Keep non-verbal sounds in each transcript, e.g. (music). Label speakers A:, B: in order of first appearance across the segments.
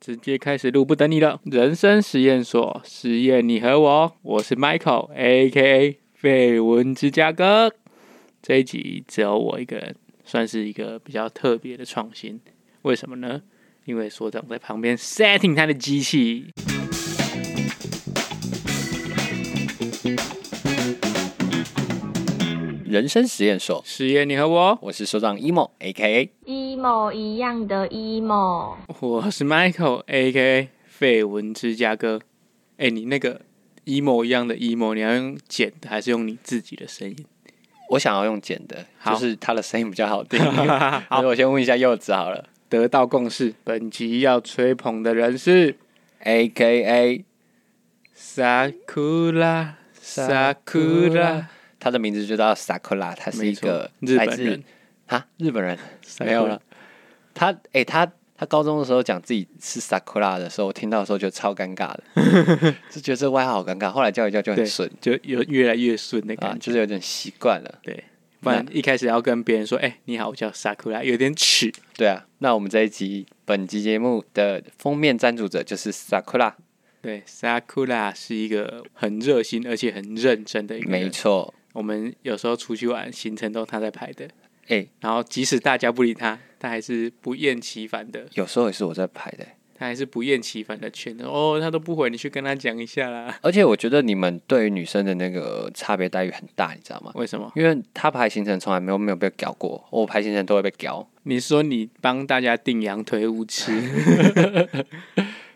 A: 直接开始录，不等你了。人生实验所，实验你和我，我是 Michael，A.K.A. 绯闻芝加哥。这一集只有我一个人，算是一个比较特别的创新。为什么呢？因为所长在旁边 setting 他的机器。
B: 人生实验所，
A: 实验你和我，
B: 我是首长 emo A K A。
C: emo 一样的 emo，
A: 我是 Michael，A.K.A. 绯闻芝加哥。哎、你那个 emo 一样的 emo，你要用剪的还是用你自己的声音？
B: 我想要用剪的，
A: 好
B: 就是他的声音比较
A: (laughs)
B: 好听。好，我先问一下柚子好了
A: 得到共识。本集要吹捧的人是
B: ，A K A，
A: Sakura Sakura，
B: 他的名字就叫 Sakura，他是一个
A: 没错日
B: 来
A: 本
B: 自
A: 人
B: 哈日本人，
A: Sakura
B: 没有了。他哎、他他高中的时候讲自己是 Sakura 的时候，我听到的时候觉得超尴尬的，
A: (laughs)
B: 就觉得这外号好尴尬。后来叫一叫就
A: 对
B: 很顺
A: 就有越来越顺的
B: 啊，
A: 感觉。
B: 就是有点习惯了。
A: 对，不然一开始要跟别人说，哎、你好，我叫 Sakura，有点耻。
B: 对啊，那我们这一集本集节目的封面赞助者就是 Sakura，
A: 对，Sakura 是一个很热心而且很认真的一个
B: 没
A: 人。
B: 错。
A: 我们有时候出去玩，行程都他在排的，
B: 哎、
A: 然后即使大家不理他，他还是不厌其烦的，
B: 有时候也是我在排的欸、
A: 他还是不厌其烦的劝哦，他都不回，你去跟他讲一下
B: (laughs)
A: 啦。
B: 而且我觉得你们对于女生的那个差别待遇很大，你知道吗？
A: 为什么？
B: 因为他排行程从来没有没有被搞过，我排行程都会被搞。
A: 你说你帮大家订羊腿舞吃，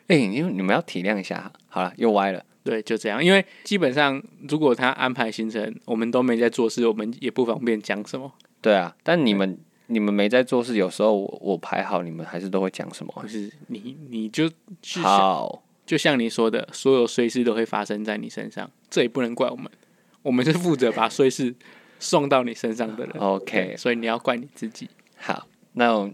B: 哎、你你们要体谅一下。好了，又歪了。
A: 对，就这样。因为基本上，如果他安排行程，我们都没在做事，我们也不方便讲什么。
B: 对啊，但你们你们没在做事，有时候我我排好，你们还是都会讲什么啊
A: 不？是你，你就去想，
B: 好，
A: 就像你说的，所有衰事都会发生在你身上，这也不能怪我们，我们是负责把衰事送到你身上的人。
B: OK
A: 对所以你要怪你自己。
B: 好，那我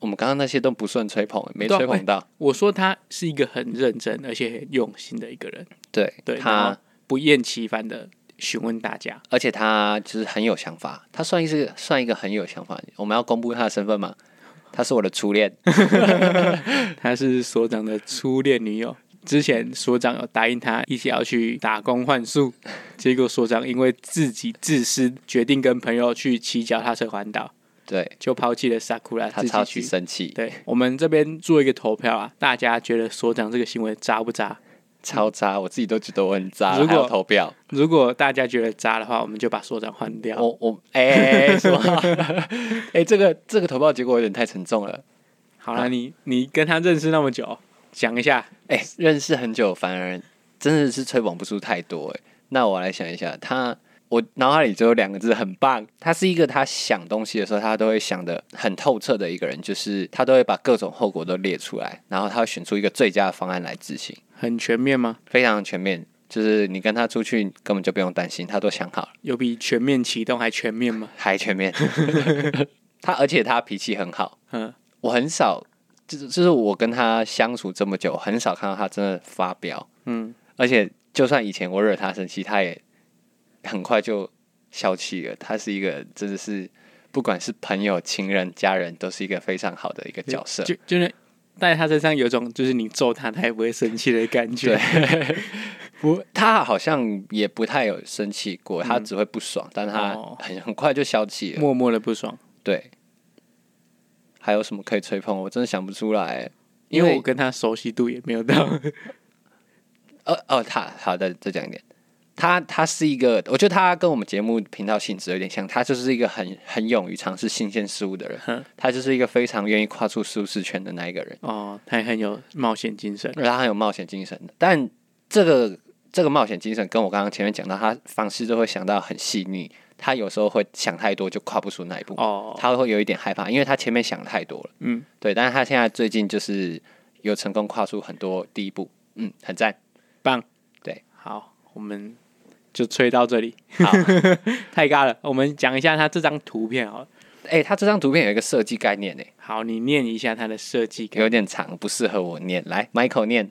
B: 我们刚刚那些都不算吹捧，没
A: 对啊
B: 吹捧到。
A: 我说他是一个很认真而且很用心的一个人，
B: 对，
A: 对，然
B: 他
A: 后不厌其烦的询问大家。
B: 而且他就是很有想法，他算是算一个很有想法。我们要公布他的身份吗？他是我的初恋。
A: 她是所长的初恋女友。之前所长有答应她一起要去打工换宿，
B: (laughs)
A: 结果所长因为自己自私，决定跟朋友去骑脚踏车环岛，
B: 对
A: 就抛弃了萨库拉
B: 他
A: 自
B: 超
A: 己
B: 级
A: 去。
B: 生气，
A: 对我们这边做一个投票啊，大家觉得所长这个行为渣不渣？
B: 超渣，我自己都觉得我很渣，
A: 如果
B: 还要投票，
A: 如果大家觉得渣的话，我们就把所长换掉。
B: 我我哎、什么？ (laughs) 哎、这个这个投票结果有点太沉重了。
A: 好了，你你跟他认识那么久，讲一下
B: 哎、认识很久，反而真的是吹捧不出太多哎、那我来想一下，他我脑海里只有两个字，很棒。他是一个他想东西的时候，他都会想的很透彻的一个人，就是他都会把各种后果都列出来，然后他会选出一个最佳的方案来执行，
A: 很全面吗？
B: 非常全面。就是你跟他出去，根本就不用担心，他都想好了。
A: 有比全面启动还全面吗？
B: 还全面。 (laughs) 他而且他脾气很好，
A: 嗯，
B: 我很少，就是就是我跟他相处这么久，很少看到他真的发飙。
A: 嗯，
B: 而且就算以前我惹他生气，他也很快就消气了。他是一个真的是，不管是朋友、情人、家人，都是一个非常好的一个角色。
A: 就就是在他身上有种就是你揍他他也不会生气的感觉。
B: 不，他好像也不太有生气过，他只会不爽，但他
A: 哦
B: 很很快就消气
A: (laughs)
B: 了。
A: 默默的不爽，
B: 对，还有什么可以吹捧？我真的想不出来。
A: 因为我跟他熟悉度也没有到。
B: (laughs) 哦哦，他好的，再讲一点。他他是一个，我觉得他跟我们节目频道性质有点像，他就是一个很很勇于尝试新鲜事物的
A: 嗯
B: 人，他就是一个非常愿意跨出舒适圈的那一个人，
A: (laughs) 哦，他也很有冒险精神。
B: 而他很有冒险精神的。但这个这个冒险精神跟我刚刚前面讲到，他凡事都会想到很细腻，他有时候会想太多就跨不出那一步，
A: 哦，
B: 他会有一点害怕，因为他前面想太多了，
A: 嗯，
B: 对。但是他现在最近就是有成功跨出很多第一步，嗯，很赞。
A: 好，我们就吹到这里。
B: 好，
A: (laughs) 太尬了。我们讲一下他这张图片好了。
B: 哎、他这张图片有一个设计概念呢、
A: 好，你念一下它的设计感。
B: 有点长，不适合我念。来，Michael 念。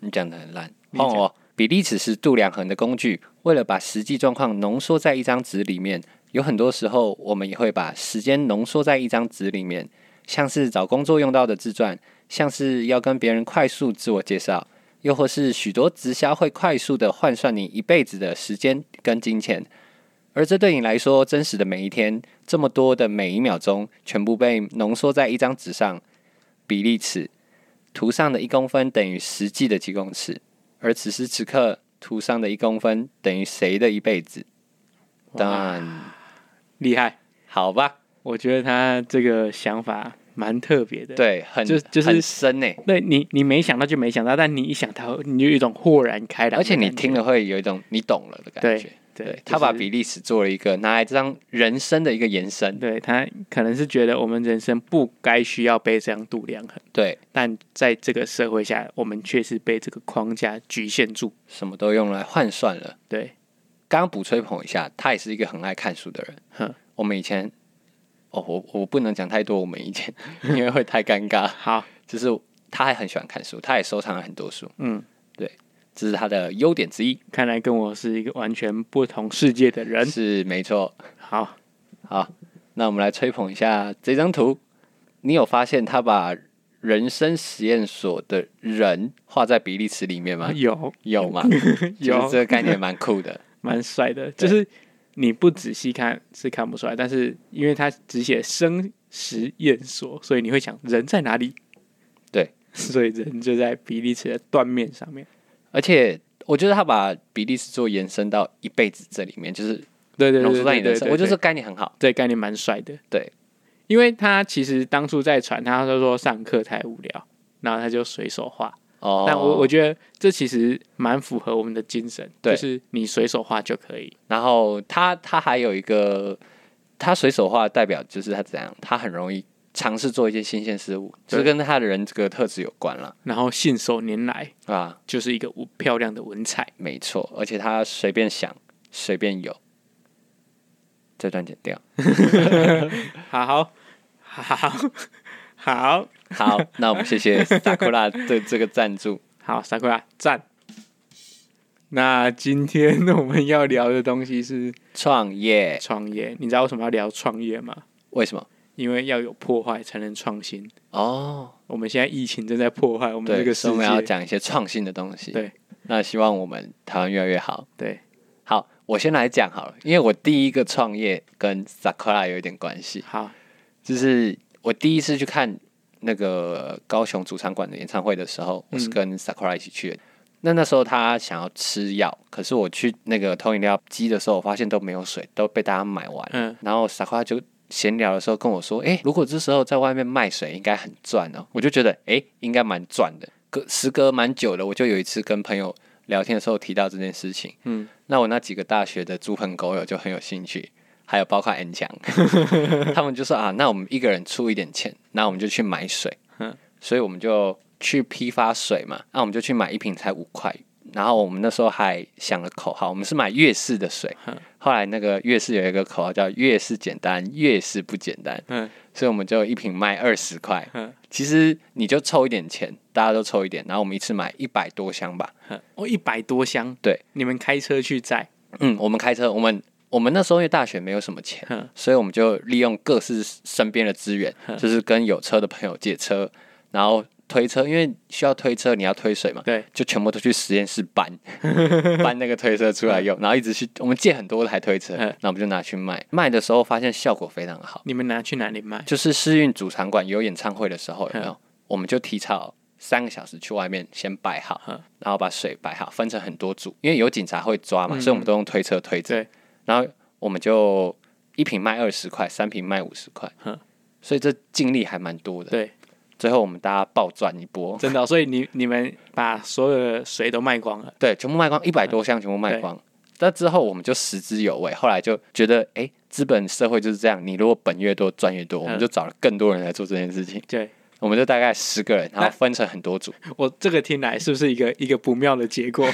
B: 你讲的很烂，
A: 你
B: 换
A: 讲
B: 我。比例尺是度量衡的工具，为了把实际状况浓缩在一张纸里面，有很多时候我们也会把时间浓缩在一张纸里面。像是找工作啊用到的自传，像是要跟别人快速自我介绍，又或是许多直销会快速的换算你一辈子的时间跟金钱。而这对你来说，真实的每一天，这么多的每一秒钟，全部被浓缩在一张纸上，比例尺，图上的一公分等于实际的几公尺，而此时此刻，图上的一公分等于谁的一辈子？但
A: 厉害。
B: 好吧，
A: 我觉得他这个想法蛮特别的。，
B: 对，很
A: 就就是
B: 很深呢、
A: 对你你没想到就没想到，但你一想到，你就有一种豁然开朗的感觉。
B: 而且你听了会有一种你懂了的感觉
A: 对。对，就是
B: 他把比利时做了一个拿来这张人生的一个延伸。
A: 对他可能是觉得我们人生不该需要被这样度量衡，
B: 对，
A: 但在这个社会下，我们确实被这个框架局限住。
B: 什么都用来换算了。
A: 对，
B: 刚刚补吹捧一下，他也是一个很爱看书的人
A: 哼。
B: 我们以前，哦，我我不能讲太多。我们以前 (laughs) 因为会太尴尬，
A: 好，
B: 就是他还很喜欢看书，他也收藏了很多书，
A: 嗯，
B: 这是他的优点之一。
A: 看来跟我是一个完全不同世界的人。
B: 是没错。
A: 好，
B: 好，那我们来吹捧一下这张图。你有发现他把人生实验所的人画在比例尺里面
A: (laughs)
B: 吗？
A: 有
B: 有吗？
A: 有
B: 就是这个概念蛮酷的。
A: 蛮帅的，就是你不仔细看是看不出来，但是因为他只写生实验所，所以你会想人在哪里？
B: 对，
A: 所以人就在比利时的断面上面。
B: 而且我觉得他把比利时做延伸到一辈子这里面，就是
A: 对对
B: 浓
A: 对
B: 缩在
A: 对
B: 你
A: 对
B: 的人生。
A: 对，
B: 我觉得
A: 对
B: 这概念很好。
A: 这概念蛮帅的。
B: 对，
A: 因为他其实当初在传，他就说上课太无聊，然后他就随手画。
B: 哦，
A: 但我我觉得这其实蛮符合我们的精神，
B: 对
A: 就是你随手画就可以。
B: 然后他他还有一个，他随手画代表就是他怎样，他很容易尝试做一些新鲜事物，
A: 对
B: 就是跟他的人格特质有关了
A: 然后信手拈来
B: 啊，
A: 就是一个无漂亮的文采。
B: 没错。而且他随便想，随便有，这段剪掉。
A: 好，好，好，
B: 好，那我们谢谢萨库拉对这个赞助。
A: 好，萨库拉赞。那今天我们要聊的东西是
B: 创业
A: 创业，你知道为什么要聊创业吗？
B: 为什么？
A: 因为要有破坏才能创新。
B: 哦，
A: 我们现在疫情正在破坏我们这
B: 对，
A: 个世
B: 所以我们要
A: 界。
B: 讲一些创新的东西。
A: 对，
B: 那希望我们台湾越来越好。
A: 对，
B: 好，我先来讲好了，因为我第一个创业跟萨库拉有一点关系，
A: 好，
B: 就是我第一次去看那个高雄主场馆的演唱会的时候，我是跟萨库拉一起去的。那那时候他想要吃药，可是我去那个投饮料机的时候，我发现都没有水，都被大家买完了。
A: 嗯，
B: 然后傻瓜就闲聊的时候跟我说：“诶，如果这时候在外面卖水，应该很赚哦。”我就觉得，诶，应该蛮赚的。隔时隔蛮久了，我就有一次跟朋友聊天的时候提到这件事情。
A: 嗯，
B: 那我那几个大学的猪朋狗友就很有兴趣，还有包括
A: (laughs)
B: N 强，他们就说啊，那我们一个人出一点钱，那我们就去买水。
A: 嗯
B: 所以我们就去批发水嘛，那我们就去买一瓶才五块。然后我们那时候还想了口号，我们是买粤式的水。
A: 嗯
B: 后来那个粤式有一个口号叫“粤式简单，粤式不简单
A: 嗯”，
B: 所以我们就一瓶卖二十块。
A: 嗯
B: 其实你就抽一点钱，大家都抽一点，然后我们一次买一百多箱吧。
A: 嗯，哦，一百多箱。
B: 对，
A: 你们开车去载。
B: 嗯，我们开车，我们我们那时候因为大学没有什么钱，
A: 嗯
B: 所以我们就利用各式身边的资源，就是跟有车的朋友借车，然后推车，因为需要推车，你要推水嘛，
A: 对，
B: 就全部都去实验室搬 (laughs) 搬那个推车出来用，然后一直去我们借很多台推车，
A: 嗯
B: 那我们就拿去卖，卖的时候发现效果非常好，
A: 你们拿去哪里卖？
B: 就是试运主场馆有演唱会的时候，有没有
A: 嗯？
B: 我们就提倡三个小时去外面先摆好
A: 嗯，
B: 然后把水摆好，分成很多组，因为有警察会抓嘛，所以我们都用推车推
A: 嗯
B: 着
A: 对。
B: 然后我们就一瓶卖二十块，三瓶卖五十块
A: 嗯，
B: 所以这净利还蛮多的。
A: 对，
B: 最后我们大家暴赚一波，
A: 真的哦、所以你你们把所有的水都卖光了。
B: 对，全部卖光，一百
A: 嗯
B: 多箱全部卖光。那之后我们就食之有味，后来就觉得，哎，资本社会就是这样，你如果本越多赚越多，我们
A: 嗯
B: 就找了更多人来做这件事情。
A: 对
B: 我们就大概十个人，然后
A: 那
B: 分成很多组。
A: 我这个听来是不是一个一个不妙的结
B: (laughs)
A: 果？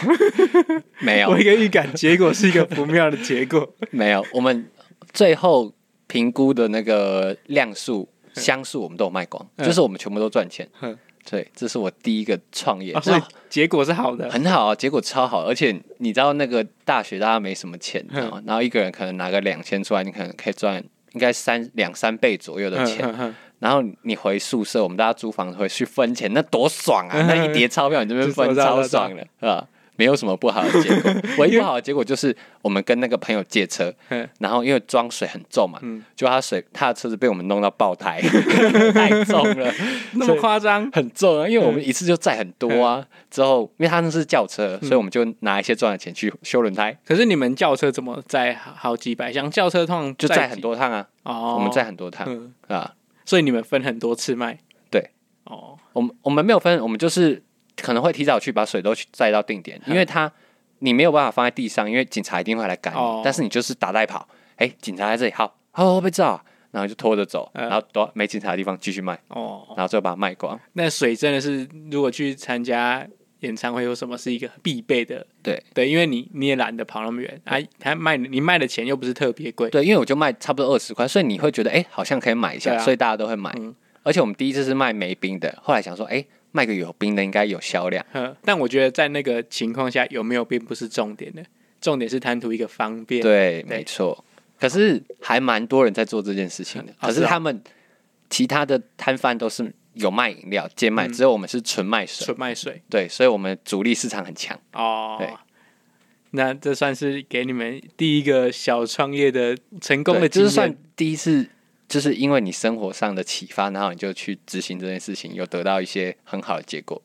B: 没有
A: 我一，个预感，结果是一个不妙的结果。
B: 没有，我们最后评估的那个量数、箱数，我们都有卖光，
A: 嗯
B: 就是我们全部都赚钱
A: 嗯。
B: 对，这是我第一个创业
A: 哦，，所以
B: 那
A: 结果是好 (laughs) 的。
B: 很好啊，结果超好，而且你知道那个大学大家没什么钱，
A: 嗯
B: 你知道吗然后一个人可能拿个两千出来，你可能可以赚应该三两三倍左右的
A: 嗯
B: 钱，
A: 嗯嗯
B: 然后你回宿舍，我们大家租房回去分钱，那多爽
A: 嗯
B: 啊！那一叠钞票你这边分超爽的
A: (laughs)
B: 啊，没有什么不好的结果。唯一不好的结果就是我们跟那个朋友借车
A: 嗯，
B: 然后因为装水很重嘛
A: 嗯，
B: 就他水他的车子被我们弄到爆胎， (laughs) 太重了，
A: 那么夸 (laughs) 张？
B: 很重啊，因为
A: 嗯
B: 我们一次就载很多啊。之后因为他那是轿车，
A: 嗯
B: 所以我们就拿一些赚的钱去修轮胎，
A: 可是你们轿车怎么载好好几百箱？轿车通常
B: 就载
A: 几
B: 很多趟啊，
A: 哦，
B: 我们载很多趟
A: 嗯，
B: 啊。
A: 所以你们分很多次卖。
B: 对，
A: 哦，
B: 我们我们没有分，我们就是可能会提早去把水都去载到定
A: 嗯
B: 点，因为他你没有办法放在地上，因为警察一定会来赶你。
A: 哦
B: 但是你就是打带跑，哎、警察在这里，好，好会被照啊，然后就拖着走，
A: 嗯
B: 然后躲没警察的地方继续卖，
A: 哦，
B: 然后最后把它卖光。
A: 那水真的是，如果去参加演唱会或什么，是一个必备的。
B: 对
A: 对，因为你你也懒得跑那么远，啊，他卖你卖的钱又不是特别贵，
B: 对，因为我就卖差不多二十块，所以你会觉得哎、好像可以买一下，
A: 对啊
B: 所以大家都会买。
A: 嗯
B: 而且我们第一次是卖没冰的，后来想说，哎、卖个有冰的应该有销量。
A: 嗯，但我觉得在那个情况下有没有并不是重点的，重点是贪图一个方便。，
B: 对，
A: 对
B: 没错。可是还蛮多人在做这件事情的，
A: 啊
B: (laughs) 可
A: 是
B: 是
A: 啊
B: 他们其他的摊贩都是有卖饮料、兼卖，只有我们是纯卖水。
A: 嗯纯卖水
B: 对，所以我们主力市场很强。
A: 哦
B: 对。
A: 那这算是给你们第一个小创业的成功的
B: 对
A: 经
B: 就
A: 验，
B: 是算第一次，就是因为你生活上的启发，然后你就去执行这件事情，有得到一些很好的结果。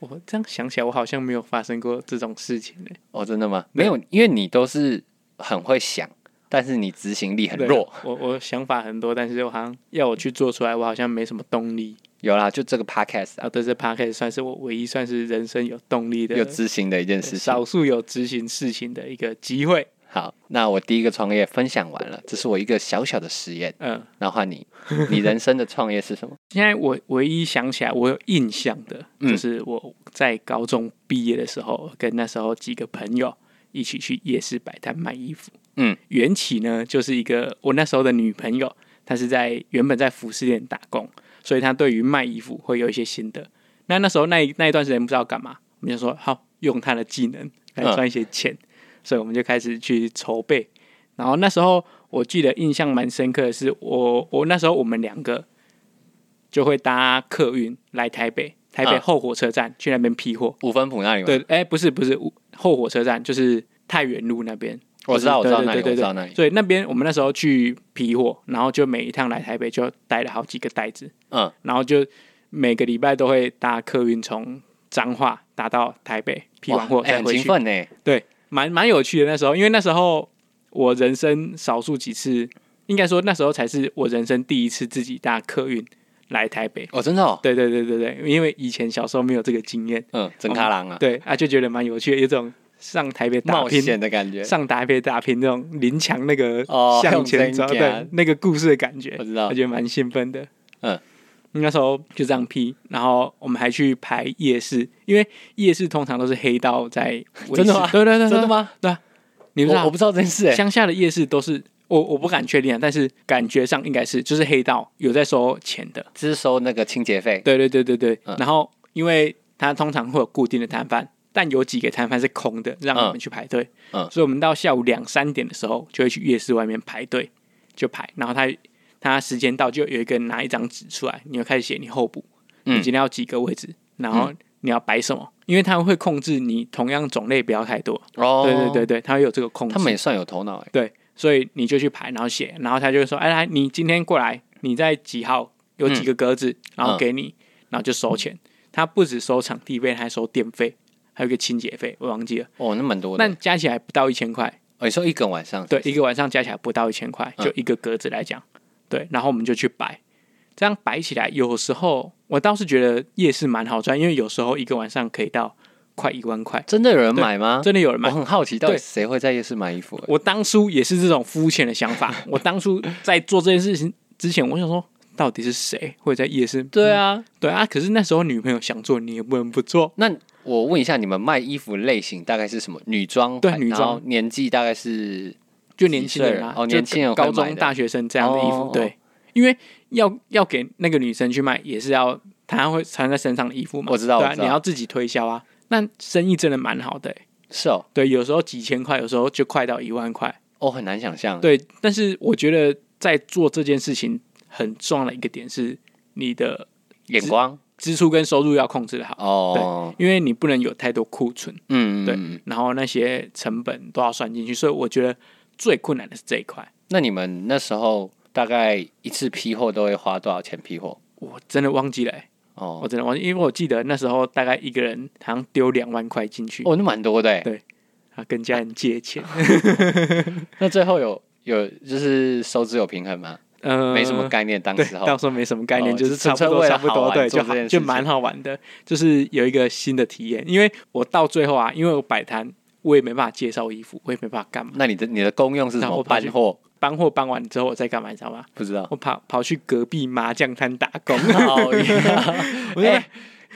A: 我这样想起来，我好像没有发生过这种事情呢。
B: 哦，真的吗？
A: 对
B: 没有，因为你都是很会想，但是你执行力很
A: 对啊
B: 弱。
A: 我我想法很多，但是我好像要我去做出来，我好像没什么动力。
B: 有啦，就这个 podcast
A: 然
B: 啊，
A: 后，但是 p a r k 算是我唯一算是人生有动力的
B: 有，执行的一件事情。
A: 少数有执行事情的一个机会。
B: 好，那我第一个创业分享完了，这是我一个小小的实验。
A: 嗯，
B: 那
A: (laughs)
B: 换你，你人生的创业是什么？
A: 现在我唯一想起来我有印象的，
B: 嗯
A: 就是我在高中毕业的时候，跟那时候几个朋友一起去夜市摆摊卖衣服。
B: 嗯，
A: 缘起呢，就是一个我那时候的女朋友，她是在原本在服饰店打工，所以她对于卖衣服会有一些心得。那那时候那一那一段时间不知道干嘛，我们就说好用她的技能来赚一些钱，所以我们就开始去筹备。然后那时候我记得印象蛮深刻的是，我我那时候我们两个就会搭客运来台北，台北
B: 嗯
A: 后火车站、去那边批货。
B: 五分埔那里吗？
A: 对，，哎、不是不是，后火车站就是太原路那边。
B: 我知道，我
A: 就是
B: 知道那
A: 对
B: 里，我
A: 对
B: 知
A: 对
B: 道
A: 对
B: 那
A: 对，
B: 里。
A: 所以那边我们那时候去批货，然后就每一趟来台北就带了好几个袋子，
B: 嗯，
A: 然后就每个礼拜都会搭客运从彰化搭到台北批完货
B: 哇哎
A: 再
B: 很
A: 回
B: 勤
A: 去，
B: 奋呢。
A: 对，蛮蛮有趣的那时候，因为那时候我人生少数几次，应该说那时候才是我人生第一次自己搭客运来台北。
B: 哦，真的哦，
A: 对对对对对，因为以前小时候没有这个经验，
B: 嗯，真卡郎啊，
A: 哦对啊，就觉得蛮有趣的，有种上台北打
B: 冒
A: 拼
B: 险的感觉。
A: 上台北打拼那种林强那个
B: 哦
A: 向前走，
B: 向前
A: 对
B: 走
A: 那个故事的感觉，
B: 我知
A: (laughs)
B: 道
A: 我觉得蛮兴奋的。
B: 嗯，
A: 那时候就这样批，然后我们还去排夜市，因为夜市通常都是黑道在维
B: 真的
A: 持
B: 吗
A: 对对对，对
B: 真的？吗？
A: 对啊，你不知
B: 我
A: 道
B: 我不知道这件事哎。
A: 乡下的夜市都是我我不敢确定啊，但是感觉上应该是就是黑道有在收钱的，
B: 只是收那个清洁费，
A: 对对对对对。
B: 嗯
A: 然后因为它通常会有固定的摊贩，但有几个摊贩是空的，让我们去排队。
B: 嗯
A: 所以我们到下午两三点的时候就会去夜市外面排队，就排。然后他他时间到就有一个人拿一张纸出来，你就开始写你候补，
B: 嗯
A: 你今天要几个位置，然后你要摆什么，因为他会控制你同样种类不要太多。
B: 哦
A: 对对对，对，他会有这个控制。
B: 他们也算有头脑哎。
A: 对，所以你就去排，然后写，然后他就会说：“哎，来，你今天过来，你在几号有几个格子，然后给你，然后就收钱。他不只收场地费，还收电费，还有一个清洁费，我忘记了，
B: 哦，那蛮多的。
A: 但加起来不到一千块。
B: 哦你说一个晚上，
A: 对，一个晚上加起来不到一千块，
B: 嗯
A: 就一个格子来讲，对，然后我们就去摆，这样摆起来，有时候我倒是觉得夜市蛮好赚，因为有时候一个晚上可以到快一万块，
B: 真的有人买吗？
A: 真的有人买
B: 我。很好奇，到底
A: 对
B: 谁会在夜市买衣服？哎
A: 我当初也是这种肤浅的想法。我当初在做这件事情之前，我想说，到底是谁会在夜市？
B: 对啊，
A: 对啊，可是那时候女朋友想做，你也不能不做。
B: 那我问一下，你们卖衣服类型大概是什么？女装，
A: 对
B: 还
A: 女装，
B: 然后年纪大概是
A: 就年轻人啊
B: 几岁，了哦
A: 就
B: 年轻人有
A: 高
B: 可以买
A: 中、
B: 的
A: 大学生这样的衣服，
B: 哦
A: 对，因为要要给那个女生去卖，也是要她会穿在身上的衣服嘛。
B: 我知道
A: 对啊
B: 我知道
A: 你要自己推销啊。那生意真的蛮好的、欸，
B: 是哦，
A: 对，有时候几千块，有时候就快到一万块。
B: 我很难想象。
A: 对，但是我觉得在做这件事情很重要的一个点是，你的
B: 眼光
A: 支出跟收入要控制得好，
B: 哦，
A: 因为你不能有太多库存，
B: 嗯，
A: 对
B: 嗯，
A: 然后那些成本都要算进去，所以我觉得最困难的是这一块。
B: 那你们那时候大概一次批货都会花多少钱批货？
A: 我真的忘记了、欸，我
B: 哦，
A: 真的忘记，因为我记得那时候大概一个人好像丢两万块进去，
B: 哦，那蛮多的欸。
A: 对啊，跟家人借钱，
B: 那最后有有就是收支有平衡吗？
A: 呃，
B: (laughs) 没什么概念，当
A: 对
B: 时，候
A: 到时候没什么概念，
B: 哦
A: 就是
B: 就是
A: 差
B: 纯
A: 不
B: 粹
A: 多
B: 为
A: 差
B: 了
A: 不多，
B: 好玩
A: 对，
B: 做
A: 就
B: 这件事
A: 就蛮好玩的，就是有一个新的体验。因为我到最后啊，因为我摆摊，我也没办法介绍衣服，我也没办法干嘛。
B: 那你的你的功用是什
A: 那我
B: 么？
A: 跑
B: 搬
A: 去
B: 货？
A: 搬货搬完之后，我再干嘛，你知道吗？
B: 不知道。
A: 我跑跑去隔壁麻将摊打工， (laughs)
B: 讨厌！
A: 我就
B: 哦哎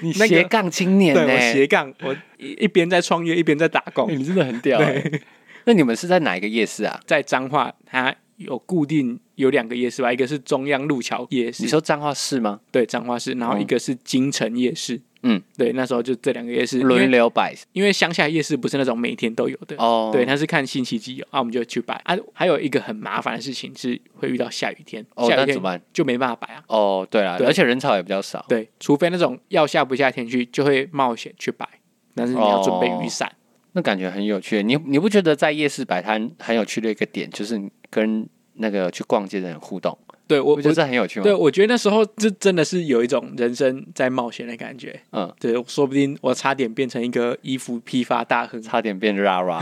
B: 你
A: 那个
B: 斜杠青年欸
A: 对
B: 呢、
A: 我斜杠，我一一边在创业，一边在打
B: 哎
A: 工。
B: 你真的很屌、欸。 (laughs) 那你们是在哪一个夜市啊？
A: 在彰化，它有固定有两个夜市吧，一个是中央路桥夜市
B: 你，说彰化市吗？
A: 对，彰化市，然后一个是京城夜市，
B: 哦嗯，
A: 对，那时候就这两个夜市因为
B: 轮流摆
A: 因为乡下夜市不是那种每天都有的，
B: 哦，
A: 对，它是看星期几有啊，我们就去摆啊。还有一个很麻烦的事情是会遇到下雨天，
B: 哦，
A: 下
B: 那
A: 雨
B: 怎么
A: 天
B: 办？
A: 就没办法摆啊。
B: 哦，对了，
A: 对
B: 而且人潮也比较少。
A: 对，除非那种要下不下天去，就会冒险去摆，但是你要准备雨伞。
B: 那感觉很有趣。欸你你不觉得在夜市摆摊很有趣的一个点，就是你跟那个去逛街的人互动，
A: 对我，
B: 不觉得
A: 我
B: 这很有趣
A: 对
B: 吗？
A: 我觉得那时候这真的是有一种人生在冒险的感觉。
B: 嗯，
A: 对，说不定我差点变成一个衣服批发大亨。
B: 差点
A: (laughs)
B: 变 Rara。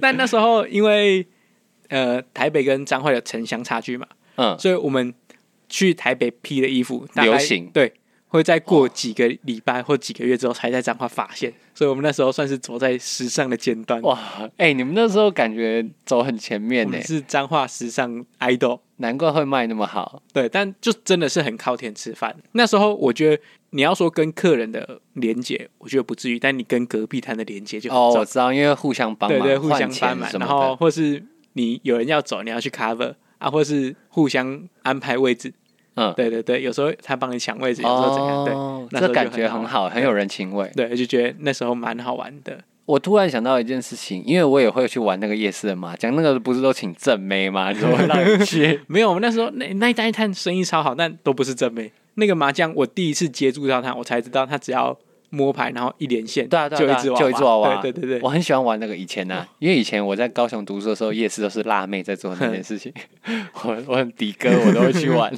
A: 但那时候因为呃台北跟彰化有城乡差距嘛，
B: 嗯，
A: 所以我们去台北批的衣服，大概
B: 流行
A: 对，会再过几个礼拜或几个月之后才在彰化发现，所以我们那时候算是走在时尚的尖端。
B: 哇，哎、你们那时候感觉走很前面
A: 我
B: 呢、
A: 们是彰化时尚 idol，
B: 难怪会卖那么好。
A: 对，但就真的是很靠天吃饭。那时候我觉得你要说跟客人的连接，我觉得不至于，但你跟隔壁摊的连接就很
B: 哦，
A: 糟
B: 我知道，因为互相帮
A: 对
B: 忙，
A: 对，互
B: 换
A: 相
B: 钱
A: 帮忙，
B: 什么
A: 然
B: 的
A: 后或是你有人要走，你要去 cover 啊，或是互相安排位置，
B: 嗯，
A: 对对对，有时候他帮你抢位置，有时候怎样，对。
B: 哦
A: 那时候就
B: 这感
A: 很
B: 觉
A: 好
B: 很
A: 玩
B: 好，很有人情味。
A: 对，就觉得那时候蛮好玩的。
B: 我突然想到一件事情，因为我也会去玩那个夜市的麻将，那个不是都请正妹吗？你怎么
A: (laughs)
B: 会让你去？
A: 没有，我们那时候那那一单一摊生意超好，但都不是正妹。那个麻将，我第一次接触到它，我才知道它只要摸牌，然后一连线，
B: 对啊对啊
A: 就
B: 对
A: 一
B: 啊
A: 只娃
B: 就一只娃娃
A: 对对对对，
B: 我很喜欢玩那个以前呐、因为以前我在高雄读书的时候，夜市都是辣妹在做那件事情， (laughs) 我我很迪哥，我都会去
A: (laughs)
B: 玩。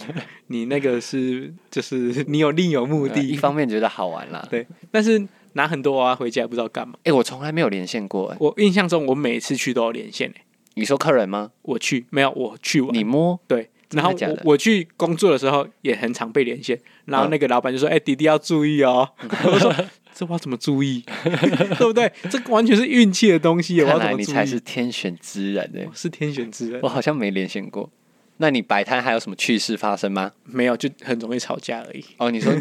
A: 你那个是就是你有另有目的，
B: 呃一方面觉得好玩啦，
A: 对，但是拿很多娃娃回家也不知道干嘛。
B: 哎、我从来没有连线过、欸，
A: 我印象中，我每次去都有连线诶、欸
B: 你说客人吗？
A: 我去没有，我去玩
B: 你摸？
A: 对。然后
B: 真的假的嗯
A: 我我去工作的时候也很常被连线，然后那个老板就说：“哎、弟弟要注意哦。” (laughs) 我说：“这我要怎么注
B: (laughs)
A: 意？对不对？这完全是运气的东西，我要
B: 看
A: 怎
B: 来
A: 么注意？”
B: 你才是天选之人呢、
A: 我是天选之人
B: 我，好像没连线过。那你摆摊还有什么趣事发生吗？
A: 没有就很容易吵架而已。(laughs)
B: 哦，你说，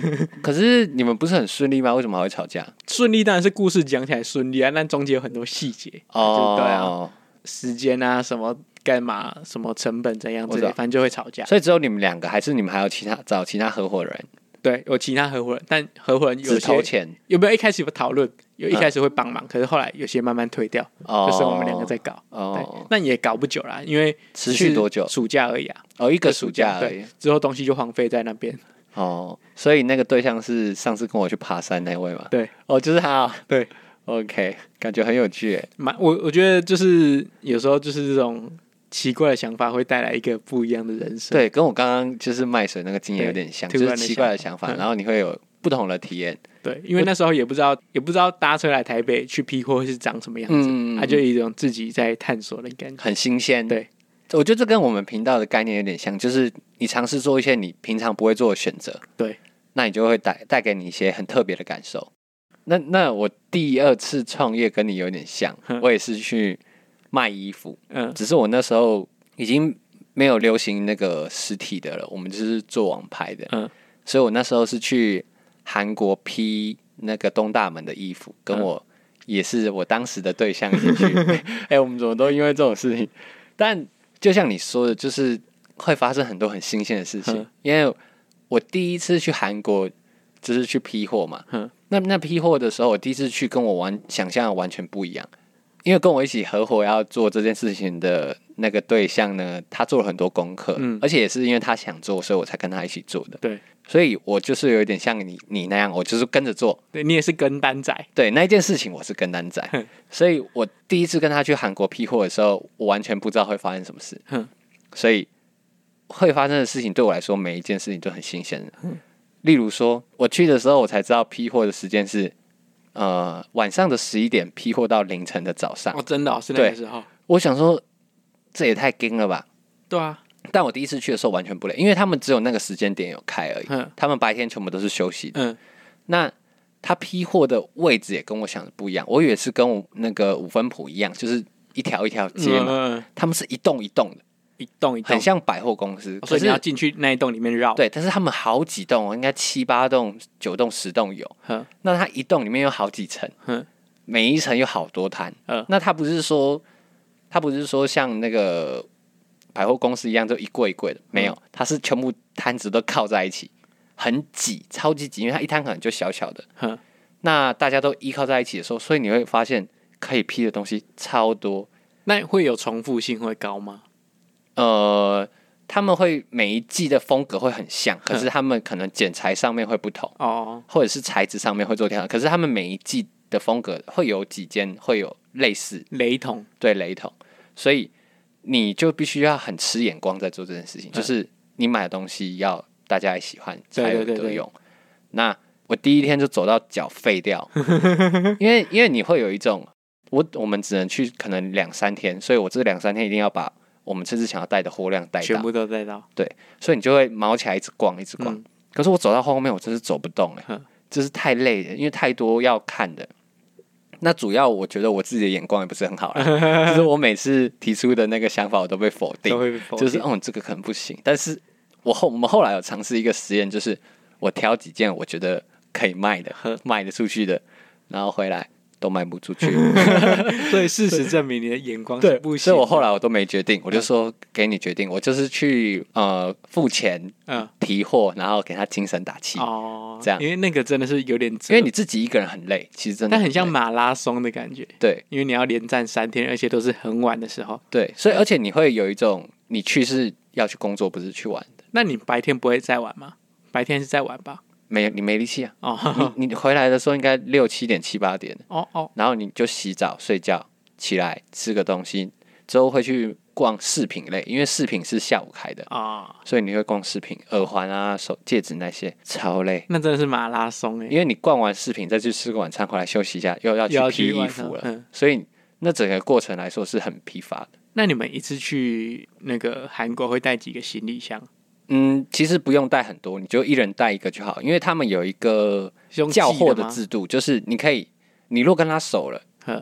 B: 可是你们不是很顺利吗？为什么还会吵架？
A: 顺利当然是故事讲起来顺利啊，但中间有很多细节，
B: 哦，
A: 对啊，时间啊，什么干嘛，什么成本怎样
B: 我
A: 之
B: 知
A: 类，
B: 道
A: 反正就会吵架。
B: 所以只有你们两个，还是你们还有其他找其他合伙人
A: 对，有其他合伙人，但合伙人有
B: 只投
A: 些
B: 钱？
A: 有没有一开始有讨论，有一
B: 嗯
A: 开始会帮忙，可是后来有些慢慢退掉，
B: 哦，
A: 就是我们两个在搞。对
B: 哦，
A: 那也搞不久啦，因为
B: 持
A: 只
B: 续
A: 是
B: 多久？
A: 暑假而已啊，
B: 哦，一
A: 一
B: 个暑假而已。
A: 之后东西就荒废在那边。
B: 哦，所以那个对象是上次跟我去爬山那位嘛？
A: 对，
B: 哦，就是他哦。
A: 对
B: ，OK，感觉很有趣耶。
A: 蛮我我觉得就是有时候就是这种奇怪的想法会带来一个不一样的人生。
B: 对，跟我刚刚就是卖水那个经验有点像，
A: 对
B: 就
A: 突
B: 是
A: 然的
B: 奇怪的想法，
A: 嗯
B: 然后你会有不同的体验。
A: 对，因为那时候也不知道也不知道搭车来台北去批货是长什么样子，
B: 嗯，
A: 他、就有一种自己在探索的感觉。
B: 很新鲜。
A: 对，
B: 我觉得这跟我们频道的概念有点像，就是你尝试做一些你平常不会做的选择，
A: 对，
B: 那你就会带带给你一些很特别的感受。那那我第二次创业跟你有点像
A: 哼，
B: 我也是去卖衣服，
A: 嗯
B: 只是我那时候已经没有流行那个实体的了，我们就是做网拍的，
A: 嗯
B: 所以我那时候是去韩国批那个东大门的衣服，跟
A: 嗯
B: 我也是我当时的对象一起去。 (laughs) 哎、我们怎么都因为这种事情？但就像你说的，就是会发生很多很新鲜的事情。
A: 嗯
B: 因为我第一次去韩国就是去批货嘛，
A: 嗯
B: 那那批货的时候，我第一次去跟我完想象的完全不一样。因为跟我一起合伙要做这件事情的那个对象呢，他做了很多功课，
A: 嗯
B: 而且也是因为他想做，所以我才跟他一起做的。
A: 对，
B: 所以我就是有一点像你你那样，我就是跟着做。
A: 对你也是跟单仔，
B: 对那一件事情，我是跟单仔，所以我第一次跟他去韩国批货的时候，我完全不知道会发生什么事
A: 哼，
B: 所以会发生的事情对我来说，每一件事情都很新鲜的。例如说，我去的时候，我才知道批货的时间是呃晚上的十一点批货到凌晨的早上
A: 哦，。真的、哦、是那个时候，
B: 我想说，这也太惊了吧！
A: 对啊，
B: 但我第一次去的时候完全不累，因为他们只有那个时间点有开而已
A: 嗯，
B: 他们白天全部都是休息的。
A: 嗯，
B: 那他批货的位置也跟我想的不一样，我以为是跟我那个五分埔一样，就是一条一条街嘛，
A: 嗯嗯嗯
B: 他们是一栋一栋的，
A: 一栋一栋
B: 很，像百货公司。
A: 哦所以你
B: 可
A: 要
B: 是
A: 进去那一栋里面绕，，
B: 对，但是他们好几栋哦，应该七八栋、九栋、十栋有。
A: 嗯
B: 那它一栋里面有好几层，
A: 嗯
B: 每一层有好多摊。
A: 嗯
B: 那它不是说，它不是说像那个百货公司一样，就一柜一柜的，没有，
A: 嗯
B: 它是全部摊子都靠在一起，很挤，超级挤，因为它一摊可能就小小的，
A: 哼，
B: 那大家都依靠在一起的时候，所以你会发现可以批的东西超多。
A: 那会有重复性会高吗？
B: 呃，他们会每一季的风格会很像，可是他们可能剪裁上面会不同。
A: 哦，
B: 或者是材质上面会做调整，可是他们每一季的风格会有几间会有类似
A: 雷同，
B: 对雷同，所以你就必须要很吃眼光在做这件事情，就是你买的东西要大家也喜欢
A: 对
B: 才有
A: 对对
B: 得
A: 对
B: 用。那我第一天就走到脚
A: (laughs)
B: 废掉，因为因为你会有一种我我们只能去可能两三天，所以我这两三天一定要把我们这次想要带的货量带
A: 全
B: 到，
A: 部都带到，
B: 所以你就会毛起来一直逛一直逛。
A: 嗯
B: 可是我走到后面，我真是走不动了、
A: 哼
B: 就是太累了，因为太多要看的。那主要我觉得我自己的眼光也不是很好
A: (laughs)
B: 啦，就是我每次提出的那个想法，我都被否定，
A: 都会被否定
B: 就是嗯，这个可能不行。但是我后我们后来有尝试一个实验，就是我挑几件我觉得可以卖的
A: 呵、
B: 卖得出去的，然后回来都卖不出去。
A: 所以事实证明你的眼光是
B: (laughs) 对，
A: 不行啊嗯
B: 所以
A: 的。
B: 我后来我都没决定，我就说给你决定，我就是去呃付钱
A: 嗯
B: 提货，然后给他精神打气。
A: 哦，
B: 这样
A: 因为那个真的是有点折，
B: 因为你自己一个人很累，其实真的
A: 但很像
B: 累
A: 马拉松的感觉，
B: 对
A: 因为你要连战三天，而且都是很晚的时候。
B: 对，所以而且你会有一种你去是要去工作，不是去玩的，
A: 那你白天不会再玩吗？白天是在玩吧？
B: 没有你没力气啊。
A: 哦
B: 你你回来的时候应该六七点七八点，
A: 哦哦，
B: 然后你就洗澡睡觉，起来吃个东西，之后会去逛饰品类，因为饰品是下午开的，
A: 啊，
B: 所以你会逛饰品，耳环啊、手戒指那些，超累。
A: 那真的是马拉松哎、
B: 因为你逛完饰品，再去吃个晚餐，回来休息一下，又
A: 又
B: 要
A: 要
B: 去
A: 去
B: 披衣
A: 晚
B: 服
A: 上
B: 了，
A: 嗯
B: 所以那整个过程来说是很疲乏的。
A: 那你们一次去那个韩国会带几个行李箱？
B: 嗯，其实不用带很多，你就一人带一个就好，因为他们有一个
A: 是用寄
B: 叫货
A: 的
B: 的
A: 吗
B: 制度，就是你可以，你若跟他熟了，
A: 呵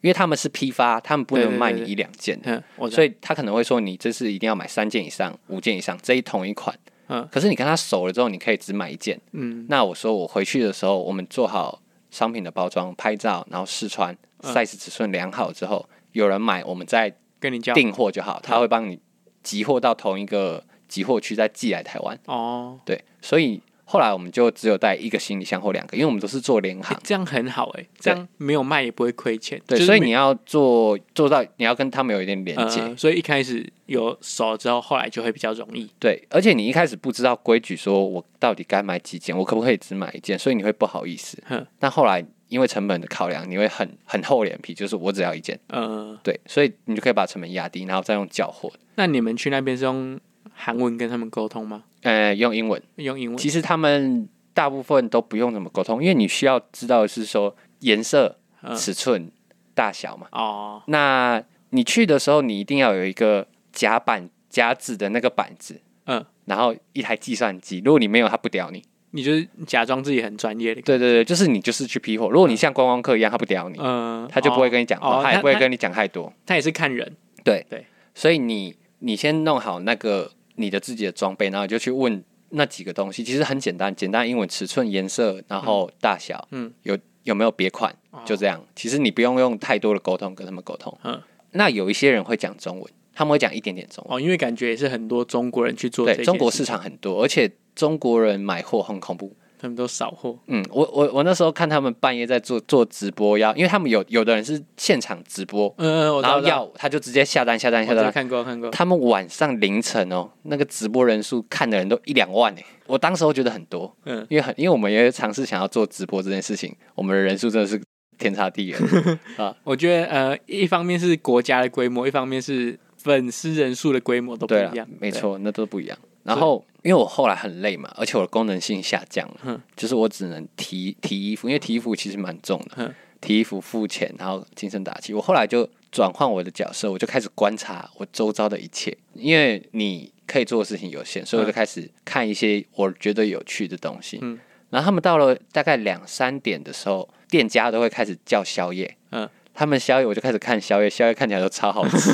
B: 因为他们是批发，他们不能
A: 对对
B: 卖
A: 对
B: 你一两件，
A: 呵，我知道
B: 所以他可能会说你这次一定要买三件以上、五件以上这一同一款。
A: 嗯
B: 可是你跟他熟了之后，你可以只买一件。
A: 嗯
B: 那我说我回去的时候，我们做好商品的包装、拍照，然后试穿、
A: 嗯
B: size 尺寸量好之后，有人买，我们再
A: 跟你交
B: 订货就好，他会帮你集货到同一个集货区，再寄来台湾。
A: 哦、
B: 对，所以后来我们就只有带一个行李箱或两个，因为我们都是做联
A: 欸
B: 行，
A: 这样很好哎、这样没有卖也不会亏钱。
B: 对，
A: 就是
B: 所以
A: 没
B: 你要做做到你要跟他们有一点连接，
A: 呃，所以一开始有熟之后，后来就会比较容易。
B: 对，而且你一开始不知道规矩，说我到底该买几件，我可不可以只买一件，所以你会不好意思
A: 哼。
B: 但后来因为成本的考量，你会很很厚脸皮，就是我只要一件，
A: 呃，
B: 对，所以你就可以把成本压低，然后再用缴获，
A: 那你们去那边是用韩文跟他们沟通吗？
B: 呃，用英文。
A: 用英文？
B: 其实他们大部分都不用怎么沟通，因为你需要知道的是说颜色、
A: 嗯
B: 尺寸、大小嘛。
A: 哦，
B: 那你去的时候，你一定要有一个夹板夹子的那个板子，
A: 嗯，
B: 然后一台计算机。如果你没有，他不屌你。
A: 你就是假装自己很专业的，
B: 对对对，就是你就是去批货。如果你像观光客一样，他不屌你，
A: 呃，
B: 他就不会
A: 哦
B: 跟你讲话，
A: 嗯哦
B: 他也
A: 他
B: 不会
A: 他
B: 跟你讲太多。
A: 他也是看人，
B: 对
A: 对，
B: 所以你你先弄好那个你的自己的装备，然后你就去问那几个东西，其实很简单，简单英文尺寸、颜色，然后大小，
A: 嗯，哦
B: 有有没有别款，就这样。其实你不用用太多的沟通跟他们沟通。
A: 嗯，
B: 那有一些人会讲中文，他们会讲一点点中文。
A: 哦，因为感觉也是很多中国人去做这
B: 对，
A: 件
B: 中国
A: 事
B: 市场很多，而且中国人买货很恐怖，
A: 他们都扫货，
B: 嗯，我我我那时候看他们半夜在做做直播要，因为他们有有的人是现场直播，
A: 嗯嗯，我知
B: 然
A: 道
B: 后要他就直接下单下单下
A: 我知道
B: 单。
A: 看过看过，
B: 他们晚上凌晨哦，那个直播人数看的人都一两万哎，我当时候觉得很多，
A: 嗯，
B: 因为很因为我们也尝试想要做直播这件事情，我们的人数真的是天差地远。
A: 我觉得呃，一方面是国家的规模，一方面是粉丝人数的规模都不
B: 对
A: 一
B: 啊
A: 样，，
B: 没错，那都不一样。然后因为我后来很累嘛，而且我的功能性下降了，
A: 嗯
B: 就是我只能提提衣服，因为提衣服其实蛮重的，
A: 嗯
B: 提衣服付钱，然后精神打气。我后来就转换我的角色，我就开始观察我周遭的一切，因为你可以做的事情有限，所以我就开始看一些我觉得有趣的东西。
A: 嗯
B: 然后他们到了大概两三点的时候，店家都会开始叫宵夜。
A: 嗯
B: 他们宵夜我就开始看宵夜，宵夜看起来都超好吃，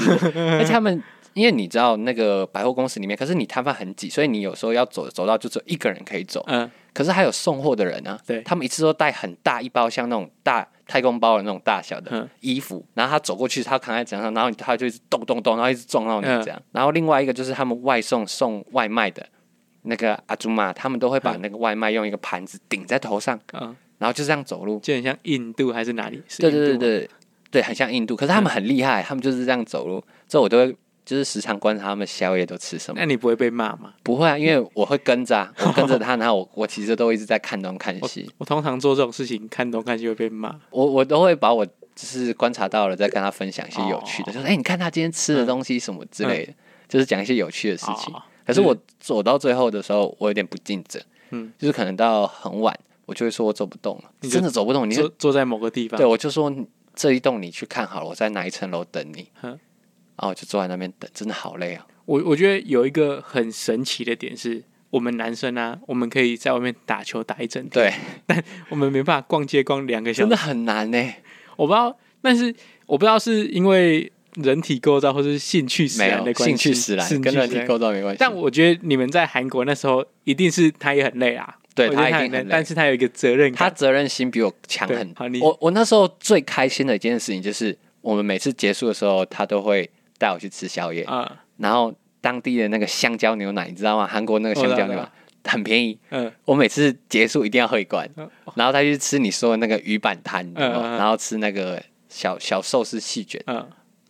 B: 而且他们。因为你知道那个百货公司里面，可是你摊贩很挤，所以你有时候要走走到就只有一个人可以走。
A: 嗯，
B: 可是还有送货的人啊，
A: 对
B: 他们一次都带很大一包，像那种大太空包的那种大小
A: 嗯
B: 的衣服，然后他走过去，他扛在墙上，然后他就一直咚咚咚，然后一直撞到你
A: 嗯
B: 这样。然后另外一个就是他们外送送外卖的那个阿朱玛，他们都会把
A: 嗯
B: 那个外卖用一个盘子顶在头上，
A: 嗯
B: 然后就这样走路。
A: 就很像印度还是哪里？是
B: 对对对嗯
A: 印度吗，
B: 对对，很像印度，可是他们很厉害，他们就是这样走路。这我都会就是时常观察他们宵夜都吃什么。
A: 那你不会被骂吗？
B: 不会啊，因为我会跟着、啊，我跟着他，然后我 (laughs) 我其实都一直在看东看西。
A: 我通常做这种事情，看东看西会被骂。
B: 我我都会把我就是观察到了，再跟他分享一些有
A: 哦
B: 趣的，就是哎、你看他今天吃的东西什么之类的，就是讲一些有趣的事情。
A: 嗯哦
B: 可是我走到最后的时候，我有点不尽责，
A: 嗯，
B: 就是可能到很晚，我就会说我走不动了，
A: 你就啊
B: 真的走不动，你
A: 坐
B: 就
A: 坐在某个地方
B: 对，我就说你这一栋你去看好了，我在哪一层楼等你，
A: 嗯
B: 然后我就坐在那边等，真的好累啊，
A: 我我觉得有一个很神奇的点是，我们男生啊，我们可以在外面打球打一整天，
B: 对，
A: 我们没办法逛街逛两个小时
B: 真的。很难欸呢、
A: 我不知道，但是我不知道是因为人体构造或是兴趣使
B: 没
A: 然
B: 有
A: 的关系，
B: 兴趣使然，跟人体构造没关系，
A: 但我觉得你们在韩国那时候，一定是他也很累啊，
B: 对
A: 我觉得
B: 他一定
A: 很累
B: 很累
A: 但是他有一个责任
B: 他
A: 感，
B: 责任心比我强很
A: 对好你
B: 多。我我那时候最开心的一件事情就是，我们每次结束的时候，他都会带我去吃宵夜，
A: 啊，
B: 然后当地的那个香蕉牛奶，你知道吗？韩国那个香蕉
A: 我
B: 牛
A: 知道
B: 奶很便宜，
A: 嗯
B: 我每次结束一定要喝一罐
A: 嗯，
B: 然后他去吃你说的那个鱼板摊，你知道吗
A: 嗯嗯嗯
B: 然后吃那个小小寿司细卷，
A: 嗯，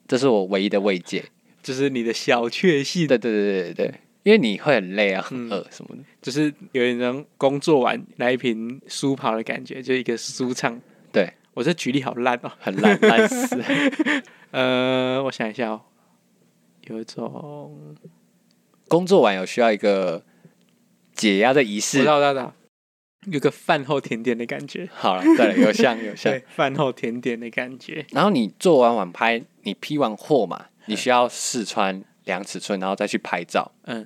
B: 这是我唯一的慰藉。
A: 就是你的小确幸，
B: 对对对对对对，因为你会很累啊，很
A: 嗯
B: 饿什么的。
A: 就是有点像工作完来一瓶舒跑的感觉，就一个舒畅。
B: 对，
A: 我这举例好烂哦，
B: 很烂 (laughs) 烂死，
A: 呃，我想一下哦，有一种
B: 工作完有需要一个解压的仪
A: 我知
B: 式。
A: 道，我知道我知道，有个饭后甜点的感
B: (laughs)
A: 觉，
B: 好了，对了，有像有像
A: 对，。饭后甜点的感觉，
B: 然后你做完网拍，你批完货嘛，你需要试穿量尺寸，然后再去拍照。
A: 嗯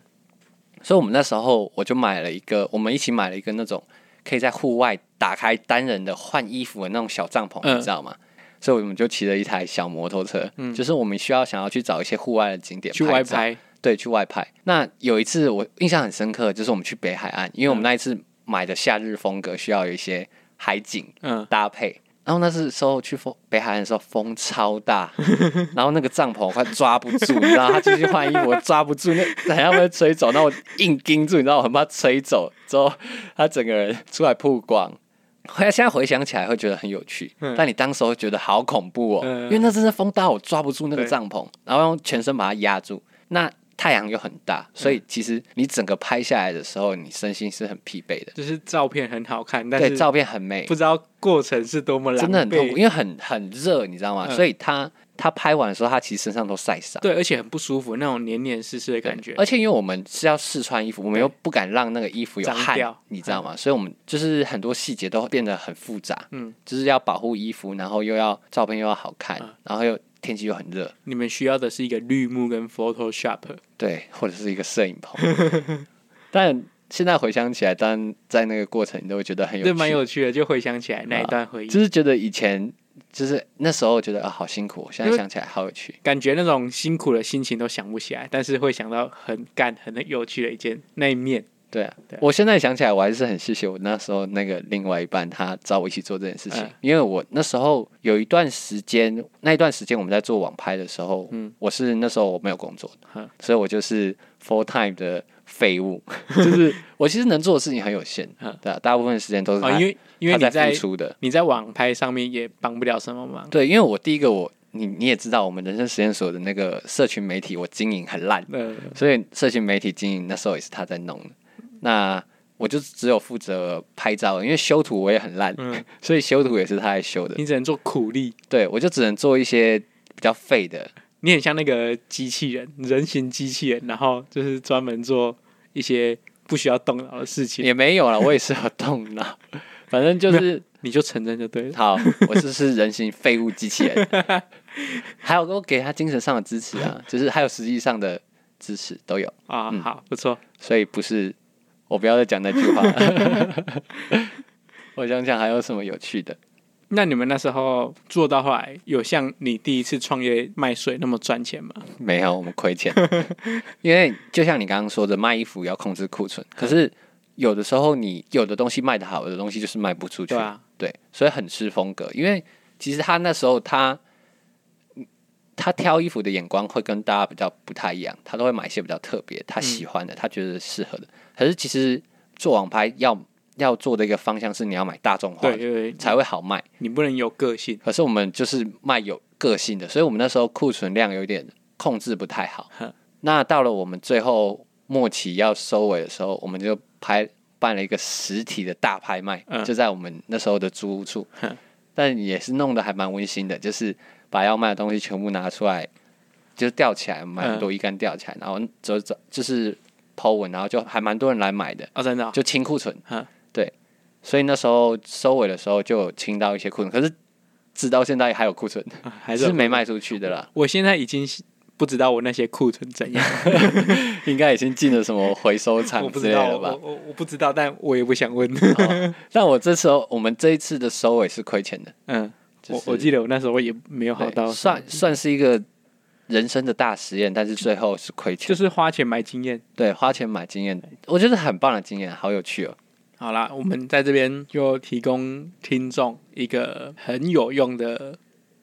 B: 所以我们那时候我就买了一个，我们一起买了一个那种可以在户外打开单人的换衣服的那种小帐篷，
A: 嗯
B: 你知道吗？所以我们就骑了一台小摩托车，
A: 嗯
B: 就是我们需要想要去找一些户外的景点
A: 去外
B: 照，
A: 拍，
B: 对，去外拍。那有一次我印象很深刻，就是我们去北海岸，因为我们那一次买的夏日风格需要有一些海景，
A: 嗯，
B: 搭配。然后那是时候去风北海岸的时候，风
A: (laughs)
B: 超大，然后那个帐篷我快抓不住，你知道，他进去换衣服，我抓不住，那 (laughs) 等下被吹走，那我硬盯住，你知道，我很怕吹走，之后他整个人出来曝光。后来现在回想起来会觉得很有趣，
A: 嗯
B: 但你当时候觉得好恐怖哦，
A: 嗯
B: 因为那真的风大，我抓不住那个
A: 对
B: 帐篷，然后用全身把它压住。那太阳又很大，所
A: 嗯
B: 以其实你整个拍下来的时候，你身心是很疲惫的。
A: 就是照片很好看，但
B: 对，
A: 是
B: 照片很美，
A: 不知道过程是多么狼狈，
B: 真的很痛苦，因为很很热，你知道吗？
A: 嗯
B: 所以他他拍完的时候，他其实身上都晒伤，
A: 对，而且很不舒服，那种黏黏湿湿的感觉，
B: 而且因为我们是要试穿衣服，我们又不敢让那个衣服有
A: 脏
B: 汗
A: 掉，
B: 你知道吗？所以我们就是很多细节都变得很复杂，
A: 嗯，
B: 就是要保护衣服，然后又要照片又要好看
A: 嗯，
B: 然后又天气又很热，
A: 你们需要的是一个绿幕跟 Photoshop，
B: 对，或者是一个摄影棚。
A: (laughs)
B: 但现在回想起来，当然在那个过程，你都会觉得很有
A: 这
B: 趣，啊
A: 蛮有趣的，就回想起来那一段回忆，
B: 就是觉得以前就是那时候觉得啊好辛苦，现
A: 因
B: 在
A: 为
B: 想起来好有趣。
A: 感觉那种辛苦的心情都想不起来，但是会想到很干、很有趣的一件那一面。
B: 对啊，
A: 对啊
B: 我现在想起来，我还是很谢谢我那时候那个另外一半，他找我一起做这件事情，
A: 嗯
B: 因为我那时候有一段时间，那一段时间我们在做网拍的时候，
A: 嗯
B: 我是那时候我没有工作，
A: 嗯
B: 所以我就是 full time 的
A: (laughs)
B: 废物，就是我其实能做的事情很有限，
A: 嗯
B: 对、啊，大部分时间都是他、
A: 哦，因为因为
B: 他
A: 你
B: 在
A: 在
B: 付出的，
A: 你在网拍上面也帮不了什么忙，
B: 对，因为我第一个我你你也知道，我们人生实验所的那个社群媒体我经营很烂，
A: 呃，
B: 所以社群媒体经营那时候也是他在弄的。那我就只有负责拍照，因为修图我也很烂，
A: 嗯
B: (laughs) 所以修图也是他来修的。
A: 你只能做苦力，
B: 对，我就只能做一些比较废的。
A: 你很像那个机器人，人形机器人，然后就是专门做一些不需要动脑的事情，
B: 也没有了，我也是有动脑， (laughs) 反正就是
A: 你就承认就对了。
B: 好，我就是人形废物机器人。还有我给他精神上的支持啊，就是还有实际上的支持都有，
A: 啊、
B: 嗯
A: 好，不错，
B: 所以不是我不要再讲那句话了。我想想还有什么有趣的。
A: 那你们那时候做到后来，有像你第一次创业卖水那么赚钱吗？
B: 没有，我们亏钱， (laughs) 因为就像你刚刚说的，卖衣服要控制库存，可
A: 嗯
B: 是有的时候你有的东西卖得好，有的东西就是卖不出去，
A: 对啊，
B: 对所以很吃风格。因为其实他那时候他嗯他挑衣服的眼光会跟大家比较不太一样，他都会买一些比较特别，他喜欢的，他觉得适合的。
A: 嗯
B: 可是其实做网拍要要做的一个方向是你要买大众化
A: 对，
B: 的
A: 因为
B: 才会好卖。
A: 你不能有个性，
B: 可是我们就是卖有个性的，所以我们那时候库存量有点控制不太好
A: 哼。
B: 那到了我们最后末期要收尾的时候，我们就拍办了一个实体的大拍卖，
A: 嗯
B: 就在我们那时候的租屋处
A: 哼，
B: 但也是弄得还蛮温馨的，就是把要卖的东西全部拿出来，就是吊起来，买
A: 嗯
B: 很多衣杆吊起来，然后走走就是抛文，然后就还蛮多人来买的。
A: 哦，真 (laughs) 的哦、
B: 就清库存
A: 嗯。
B: 对，所以那时候收尾的时候就有清到一些库存，可是直到现在还有库存，
A: 啊还
B: 还
A: 是有。
B: 是没卖出去的啦
A: 我现在已经不知道我那些库存怎 (laughs) 样，
B: 应该已经进了什么回收
A: 我
B: 厂
A: 不
B: 之
A: 知
B: 类
A: 道，
B: 的
A: 我
B: 吧？
A: 我我不知道，但我也不想问。
B: 哦但我这时候，我们这一次的收尾是亏钱的，
A: 嗯，
B: 就是
A: 我我记得我那时候也没有好
B: 对
A: 到
B: 算算是一个人生的大实验，但是最后是亏
A: 就
B: 钱。
A: 是花钱买经验。
B: 对，花钱买经验，我觉得很棒的经验，好有趣哦。
A: 好啦，我们在这边就提供听众一个很有用的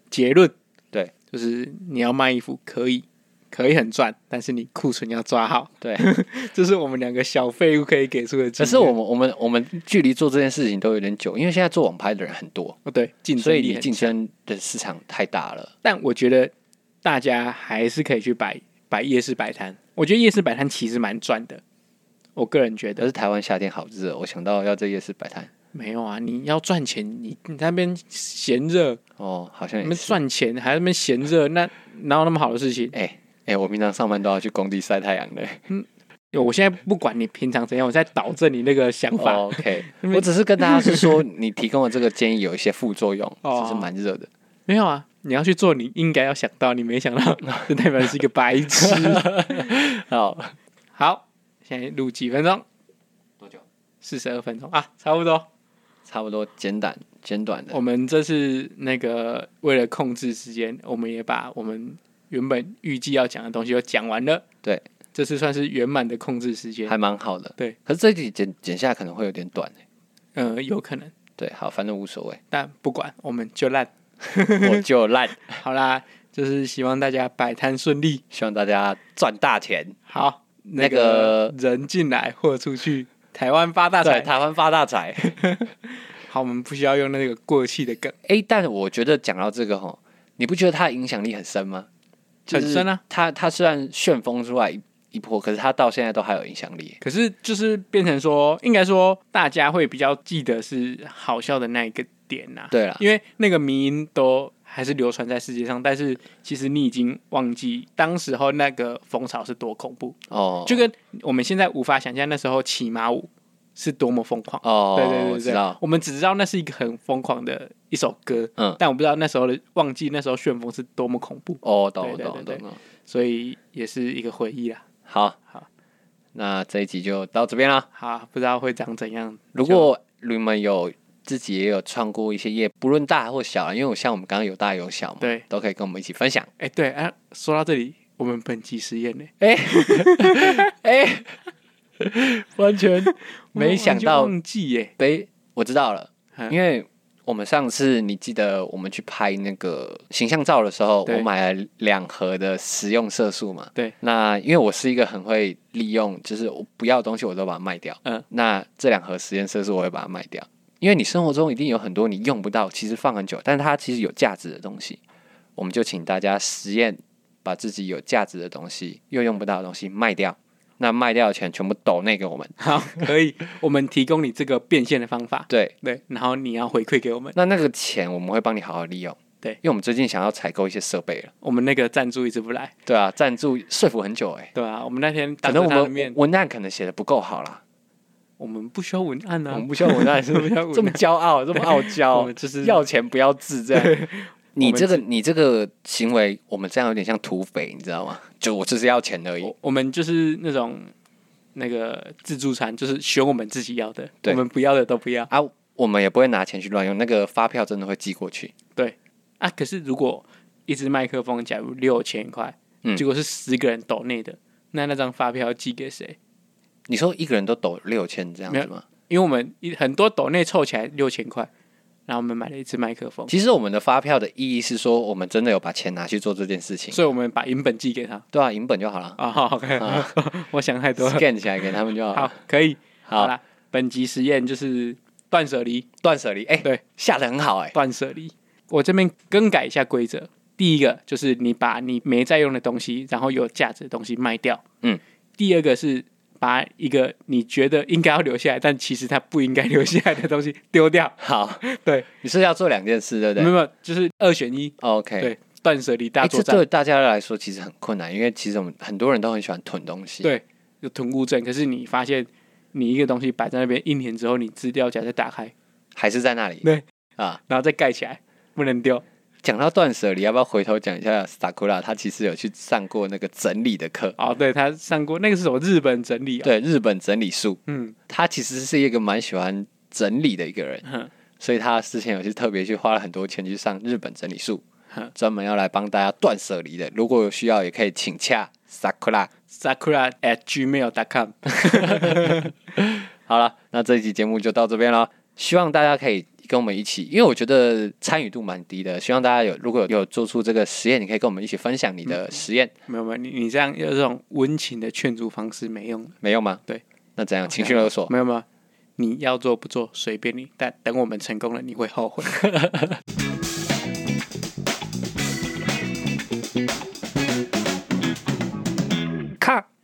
A: 结论，
B: 对，
A: 就是你要卖衣服可以，可以很赚，但是你库存要抓好， (laughs)
B: 对，
A: 这是我们两个小废物可以给出的建
B: (laughs) 可
A: 议。
B: 是我们我们我们距离做这件事情都有点久，因为现在做网拍的人很多，
A: 哦对竞
B: 所
A: 争
B: 以
A: 力
B: 你
A: 很
B: 竞
A: 强，
B: 争的市场太大了。
A: 但我觉得大家还是可以去摆摆夜市摆摊，我觉得夜市摆摊其实蛮赚的，我个人觉得
B: 但是台湾夏天好热，我想到要在夜市摆摊。
A: 没有啊，你要赚钱，你你在那边闲热，
B: 哦，好像
A: 你
B: 也
A: 们
B: 是。
A: 赚钱还在那边闲热，那哪有那么好的事情？
B: 哎哎、我平常上班都要去工地晒太阳的。
A: 我现在不管你平常怎样，我在导正你那个想法。
B: 哦
A: (laughs)
B: OK，
A: 因为
B: 我只是跟大家是说，你提供的这个建议有一些副作用，
A: 哦
B: 只是蛮热的。
A: 没有啊，你要去做，你应该要想到，你没想
B: (laughs)
A: 到，就代表你是一个白痴。
B: 好，
A: (laughs) 好，现在录几分钟？
B: 多久？
A: 四十二分钟啊，差不多。
B: 差不多简短简短的
A: 我。们这次那个为了控制时间，我们也把我们原本预计要讲的东西都讲完了。
B: 对，
A: 这次算是圆满的控制时间
B: 还。蛮好的，
A: 对。
B: 可是这集剪剪下来可能会有点短、欸
A: 呃，有可能，，
B: 对，好，反正无所谓
A: 但不管，我们就烂。
B: 我就烂。
A: 好啦，就是希望大家摆摊顺利。
B: 希望大家赚大钱，
A: 好，那
B: 那个
A: 个人进来或出去，台湾发大
B: 对，
A: 财。
B: 台湾发大财。 (laughs)
A: 好，我们不需要用那个过气的梗，
B: 哎、但我觉得讲到这个吼，你不觉得它的影响力很深吗？就
A: 很
B: 是
A: 深啊。
B: 它它虽然旋风出来一一波，可是它到现在都还有影响力。
A: 可是就是变成说，应该说大家会比较记得是好笑的那一个点呐、
B: 对啊啦，
A: 因为那个迷音都还是流传在世界上，但是其实你已经忘记当时候那个风潮是多恐怖，
B: 哦，
A: 就跟我们现在无法想象那时候骑马舞是多么疯狂。
B: 哦，
A: 对对
B: 我
A: 对
B: 知
A: 对
B: 道，，
A: 我们只知道那是一个很疯狂的一首歌，
B: 嗯
A: 但我不知道那时候的忘记那时候旋风是多么恐怖，
B: 哦，懂
A: 对对
B: 懂
A: 对
B: 懂懂。
A: 所以也是一个回忆啦。
B: 好，
A: 好，
B: 那这一集就到这边啦。
A: 好，不知道会长怎样。
B: 如果你们有自己也有创过一些业，不论大或小，因为我像我们刚刚有大有小嘛，
A: 对，
B: 都可以跟我们一起分享。
A: 哎、(laughs)
B: (laughs)
A: 对，啊，说到这里，我们本集实验呢，
B: 哎哎、哎、完全 (laughs) 没想
A: 我
B: 到
A: 完全忘记耶、
B: 被我知道了，
A: 嗯
B: 因为我们上次你记得我们去拍那个形象照的时候，
A: 对
B: 我买了两盒的食用色素嘛。
A: 对，
B: 那因为我是一个很会利用，就是我不要的东西我都把它卖掉。
A: 嗯，
B: 那这两盒实验色素我会把它卖掉，因为你生活中一定有很多你用不到，其实放很久，但是它其实有价值的东西，我们就请大家实验，把自己有价值的东西又用不到的东西卖掉。那卖掉的钱全部抖那给我们， (laughs)
A: 好，可以，我们提供你这个变现的方法，
B: 对，
A: 对，然后你要回馈给我们，
B: 那那个钱我们会帮你好好利用，
A: 对
B: 因为我们最近想要采购一些设备了，
A: 我们那个赞助一直不来，
B: 对啊，赞助说服很久哎、
A: 对啊，我们那天
B: 可
A: 打着
B: 能我
A: 他的
B: 们
A: 面
B: 文，文案可能写的不够好啦，
A: 我们不需要文案啊，
B: 我们不需要文 (laughs) 案，是不
A: 不
B: 是
A: 需要文案
B: 这么骄
A: (laughs)
B: 傲，这么傲
A: 我
B: 娇
A: 们，就是
B: 要钱不要字这样。 (laughs)
A: 我
B: 你
A: 们
B: 这个
A: 是
B: 你这个行为，我们这样有点像土匪，你知道吗？ (laughs) 就我就是要钱而已
A: 我，我们就是那种那个自助餐，就是选我们自己要的，
B: 对
A: 我们不要的都不要
B: 啊，我们也不会拿钱去乱用，那个发票真的会寄过去。
A: 啊。可是如果一支麦克风假如六千块，
B: 嗯
A: 结果是十个人抖内的，那那张发票寄给谁？
B: 你说一个人都抖六千这样
A: 没
B: 子
A: 有
B: 吗？
A: 因为我们一很多抖内凑起来六千块，然后我们买了一支麦克风，
B: 其实我们的发票的意义是说，我们真的有把钱拿去做这件事情，
A: 所以我们把银本寄给他
B: 对啊，银本就好了
A: (laughs) 啊。好，OK，
B: 啊
A: 我想太多了。
B: ，scan 起来给他们就好了
A: 好。，可以，好
B: 好，
A: 啦。本集实验就是断舍离，
B: 断舍离，哎、
A: 对，
B: 下的很好、哎，
A: 断舍离。我这边更改一下规则，第一个就是你把你没在用的东西，然后有价值的东西卖掉。
B: 嗯。
A: 第二个是把一个你觉得应该要留下来，但其实它不应该留下来的东西丢掉。
B: 好，
A: 对，
B: 你是要做两件事，对不
A: 没有
B: 对
A: 没有，就是二选一。
B: ？OK，
A: 对，断舍离大
B: 哎
A: 作
B: 这
A: 战。
B: 对大家来说其实很困难，因为其实我们很多人都很喜欢囤东西，
A: 对有囤物症，可是你发现你一个东西摆在那边一年之后，你资料夹再打开，
B: 还是在那里。
A: 对
B: 啊，
A: 然后再盖起来，不能丢。
B: 讲到断舍离，要不要回头讲一下 Sakura？他其实有去上过那个整理的课，
A: 哦，对他上过那个是什么日本整理啊、
B: 对，日本整理术，
A: 嗯，
B: 他其实是一个蛮喜欢整理的一个人，
A: 哼
B: 所以他之前有去特别去花了很多钱去上日本整理术
A: 哼，
B: 专门要来帮大家断舍离的。如果有需要，也可以请洽 Sakura。
A: sakura at gmail dot com。
B: 好了，那这一期节目就到这边了，希望大家可以跟我们一起，因为我觉得参与度蛮低的，希望大家有如果有有做出这个实验，你可以跟我们一起分享你的实验，
A: 没有没有，你你这样有这种温情的劝阻方式没用的。
B: 没用吗？
A: 对，
B: 那怎样？情绪勒索。
A: 没有没有，你要做不做随便你，但等我们成功了，你会后悔。